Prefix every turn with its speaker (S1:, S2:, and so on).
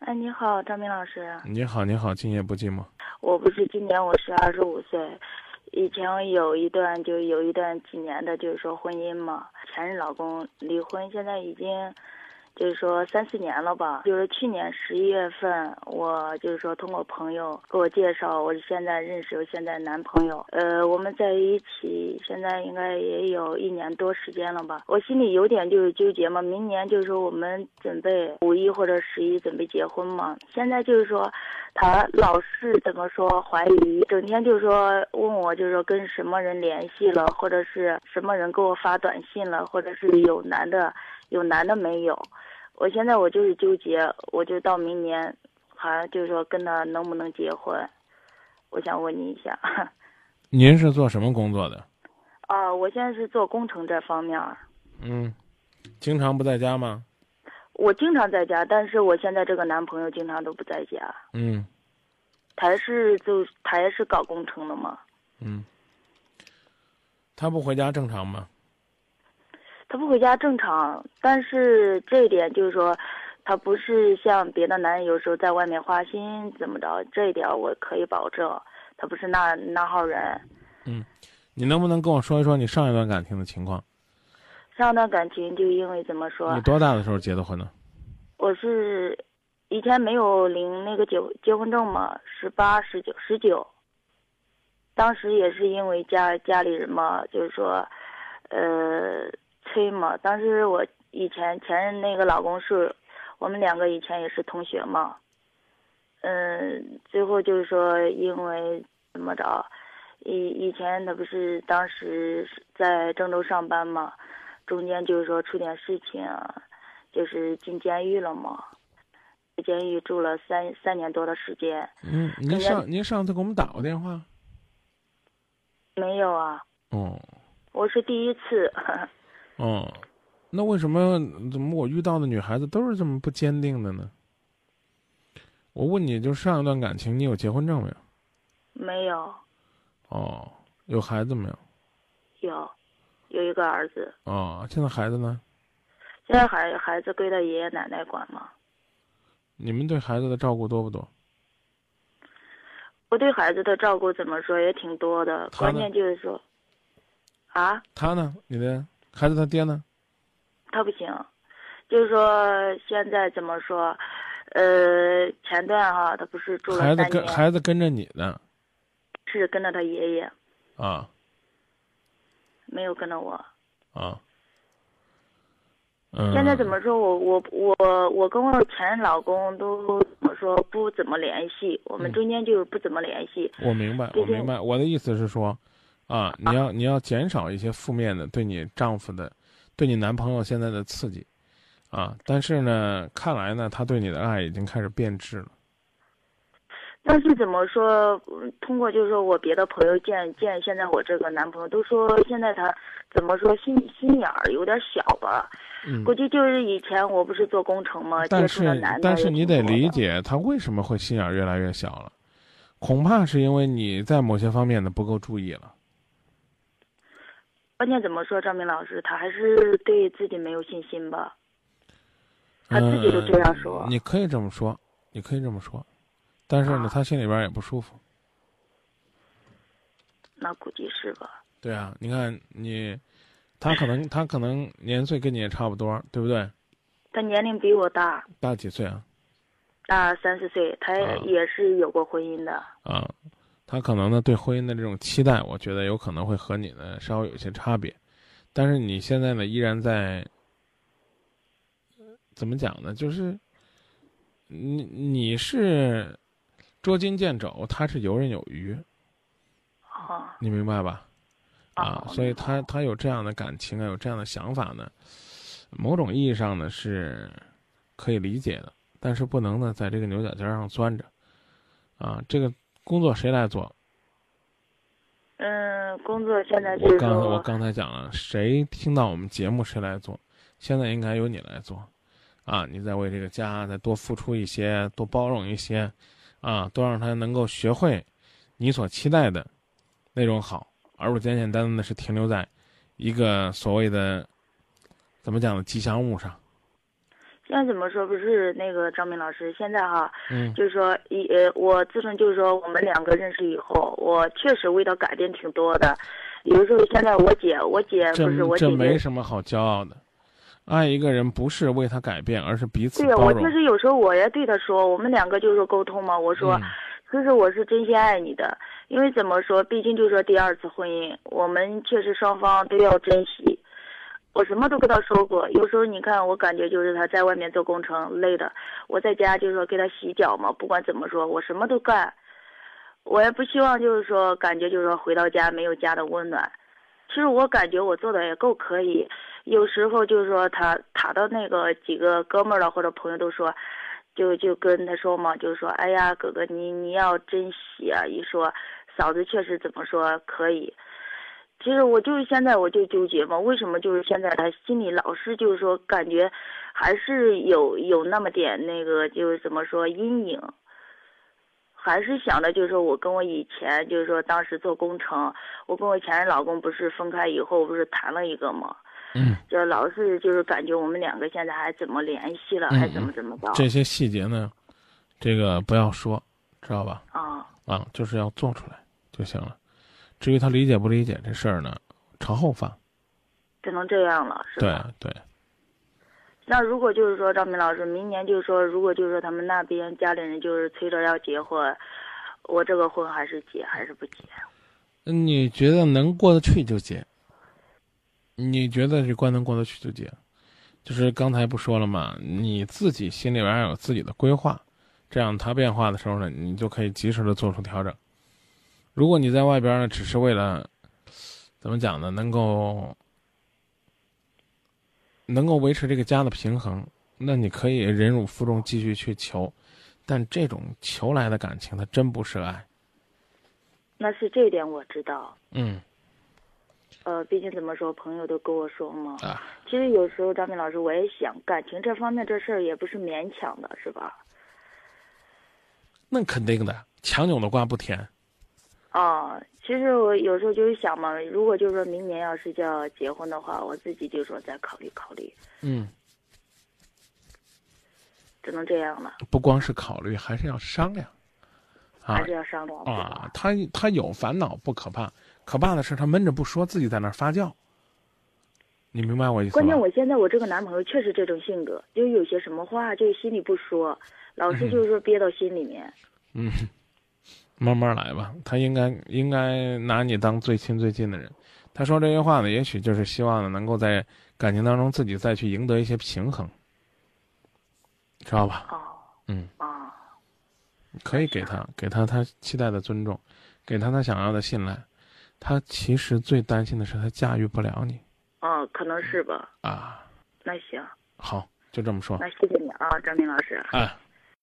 S1: 哎，你好，张明老师，
S2: 你好，你好，今夜不寂寞。
S1: 我不是今年我是二十五岁，以前有一段就有一段几年的，就是说婚姻嘛，前任老公离婚，现在已经。就是说三四年了吧，就是去年十一月份，我就是说通过朋友给我介绍，我现在认识我现在男朋友，呃，我们在一起现在应该也有一年多时间了吧。我心里有点就是纠结嘛，明年就是说我们准备五一或者十一准备结婚嘛，现在就是说他老是怎么说怀疑，整天就是说问我就是说跟什么人联系了，或者是什么人给我发短信了，或者是有男的有男的没有。我现在我就是纠结，我就到明年，还就是说跟他能不能结婚，我想问你一下。
S2: 您是做什么工作的？
S1: 啊，我现在是做工程这方面儿，
S2: 嗯，经常不在家吗？
S1: 我经常在家，但是我现在这个男朋友经常都不在家，
S2: 嗯
S1: 他是就他也是搞工程的嘛，
S2: 嗯。他不回家正常吗？
S1: 他不回家正常，但是这一点就是说，他不是像别的男人有时候在外面花心怎么着，这一点我可以保证，他不是那那号人。
S2: 你能不能跟我说一说你上一段感情的情况？
S1: 上段感情就因为怎么说，
S2: 你多大的时候结的婚呢？
S1: 我是以前没有领那个结结婚证嘛，十八、十九、十九。当时也是因为家家里人嘛，就是说，呃，催嘛。当时我以前前任那个老公是，我们两个以前也是同学嘛。嗯，最后就是说，因为怎么着，以以前他不是当时是在郑州上班嘛，中间就是说出点事情、啊就是进监狱了嘛，在监狱住了三三年多的时间。
S2: 嗯，您上您上次给我们打过电话。
S1: 没有啊，
S2: 哦
S1: 我是第一次。
S2: 哦，那为什么怎么我遇到的女孩子都是这么不坚定的呢？我问你，就上一段感情，你有结婚证没有？
S1: 没有，
S2: 哦，有孩子没有？
S1: 有，有一个儿子，
S2: 哦，现在孩子呢？
S1: 现在孩孩子归他爷爷奶奶管嘛。
S2: 你们对孩子的照顾多不多？
S1: 我对孩子的照顾怎么说也挺多的，
S2: 他呢
S1: 关键就是说，啊，
S2: 他呢？你的孩子他爹呢？
S1: 他不行，就是说现在怎么说，呃，前段哈、他不是住
S2: 孩
S1: 了
S2: 子
S1: 三
S2: 跟
S1: 年，
S2: 孩子跟着你呢
S1: 是跟着他爷爷，
S2: 啊
S1: 没有跟着我。
S2: 啊。嗯，
S1: 现在怎么说我我我我跟我前任老公都怎么说不怎么联系，我们
S2: 嗯
S1: 中间就是不怎么联系。
S2: 我明白，
S1: 毕
S2: 我
S1: 竟
S2: 明白。我的意思是说，啊，你要你要减少一些负面的对你丈夫的，对你男朋友现在的刺激，啊，但是呢，看来呢，他对你的爱已经开始变质了。
S1: 但是怎么说，嗯通过就是说我别的朋友见见现在我这个男朋友，都说现在他怎么说心心眼儿有点小吧，
S2: 嗯
S1: 估，计就是以前我不是做工程嘛，呃接
S2: 但
S1: 触的
S2: 是
S1: 男的也
S2: 但是你
S1: 挺
S2: 得
S1: 多
S2: 理
S1: 的，
S2: 解他为什么会心眼儿越来越小了，恐怕是因为你在某些方面的不够注意了。
S1: 关键怎么说，张明老师他还是对自己没有信心吧，他自己都这样说。
S2: 嗯你可以这么说，你可以这么说，但是呢，
S1: 啊
S2: 他心里边儿也不舒服。
S1: 那估计是吧？
S2: 对啊，你看你，他可能他可能年岁跟你也差不多，对不对？
S1: 他年龄比我大，
S2: 大几岁啊？
S1: 大三四岁，他
S2: 啊
S1: 也也是有过婚姻的。
S2: 啊，他可能呢对婚姻的这种期待，我觉得有可能会和你呢稍微有一些差别，但是你现在呢依然在，怎么讲呢？就是你你是捉襟见肘，他是游刃有余，
S1: 啊
S2: 你明白吧？啊，
S1: 哦
S2: 所以他他有这样的感情啊，有这样的想法呢，某种意义上呢是可以理解的，但是不能呢在这个牛角尖儿上钻着，啊，这个工作谁来做？
S1: 嗯，工作现在就
S2: 我
S1: 是
S2: 刚才我
S1: 说，
S2: 刚才讲了，谁听到我们节目谁来做，现在应该由你来做，啊，你再为这个家再多付出一些，多包容一些，啊，多让他能够学会你所期待的那种好，而不简简单单的是停留在一个所谓的怎么讲的吉祥物上。
S1: 现在怎么说不是那个张明老师，现在哈，
S2: 嗯
S1: 就是说一呃，我自从就是说我们两个认识以后，我确实味道改变挺多的。比如说现在我姐，我姐
S2: 这
S1: 哎不是我姐
S2: 这没
S1: 姐，
S2: 什么好骄傲的。爱一个人不是为他改变，而是彼此
S1: 对呀，
S2: 包
S1: 我
S2: 容
S1: 确。实有时候我也对她说，我们两个就是沟通嘛，我说。
S2: 嗯
S1: 其实我是真心爱你的，因为怎么说，毕竟就是说第二次婚姻，我们确实双方都要珍惜。我什么都跟他说过，有时候你看，我感觉就是他在外面做工程累的，我在家就是说给他洗脚嘛，不管怎么说，我什么都干。我也不希望就是说感觉就是说回到家没有家的温暖。其实我感觉我做的也够可以，有时候就是说他他的那个几个哥们儿了或者朋友都说，就就跟他说嘛，就是说，哎呀，哥哥你你要珍惜啊！一说嫂子确实怎么说可以。其实我就是现在我就纠结嘛，为什么就是现在他心里老是就是说感觉还是有有那么点那个就是怎么说阴影，还是想着就是说我跟我以前就是说当时做工程，我跟我前任老公不是分开以后不是谈了一个嘛，
S2: 嗯，
S1: 就老是就是感觉我们两个现在还怎么联系了，
S2: 嗯
S1: 还怎么怎么着
S2: 这些细节呢，这个不要说，知道吧？
S1: 啊。
S2: 啊，就是要做出来就行了。至于他理解不理解这事儿呢，朝后放。
S1: 只能这样了，是
S2: 对
S1: 吧？
S2: 对，
S1: 那如果就是说张明老师，明年就是说，如果就是说他们那边家里人就是催着要结婚，我这个婚还是结还是不结？
S2: 你觉得能过得去就结，你觉得这关能过得去就结，就是刚才不说了嘛，你自己心里边要有自己的规划，这样它变化的时候呢，你就可以及时的做出调整。如果你在外边呢，只是为了怎么讲呢，能够能够维持这个家的平衡，那你可以忍辱负重继续去求，但这种求来的感情，它真不是爱。
S1: 那是这一点我知道。
S2: 嗯
S1: 呃，毕竟怎么说，朋友都跟我说嘛。
S2: 啊。
S1: 其实有时候张明老师，我也想，感情这方面这事儿也不是勉强的，是吧？
S2: 那肯定的，强扭的瓜不甜。
S1: 啊、其实我有时候就是想嘛，如果就是说明年要是就要结婚的话，我自己就说再考虑考虑，
S2: 嗯，
S1: 只能这样了，
S2: 不光是考虑，还是要商量。啊
S1: 还是要商量。是吧
S2: 啊，他他有烦恼不可怕，可怕的是他闷着不说，自己在那儿发酵。你明白我意思
S1: 关键
S2: 吗？
S1: 我现在我这个男朋友确实这种性格，就有些什么话就心里不说，老是就是说憋到心里面。
S2: 嗯，慢慢来吧。他应该应该拿你当最亲最近的人。他说这些话呢，也许就是希望呢，能够在感情当中自己再去赢得一些平衡，知道吧？
S1: 哦，
S2: 嗯，
S1: 啊，
S2: 可以给他，给他他期待的尊重，给他他想要的信赖。他其实最担心的是他驾驭不了你
S1: 嗯，可能是吧。
S2: 啊。
S1: 那行，
S2: 好，就这么说。
S1: 那谢谢你啊，张明老师。
S2: 哎，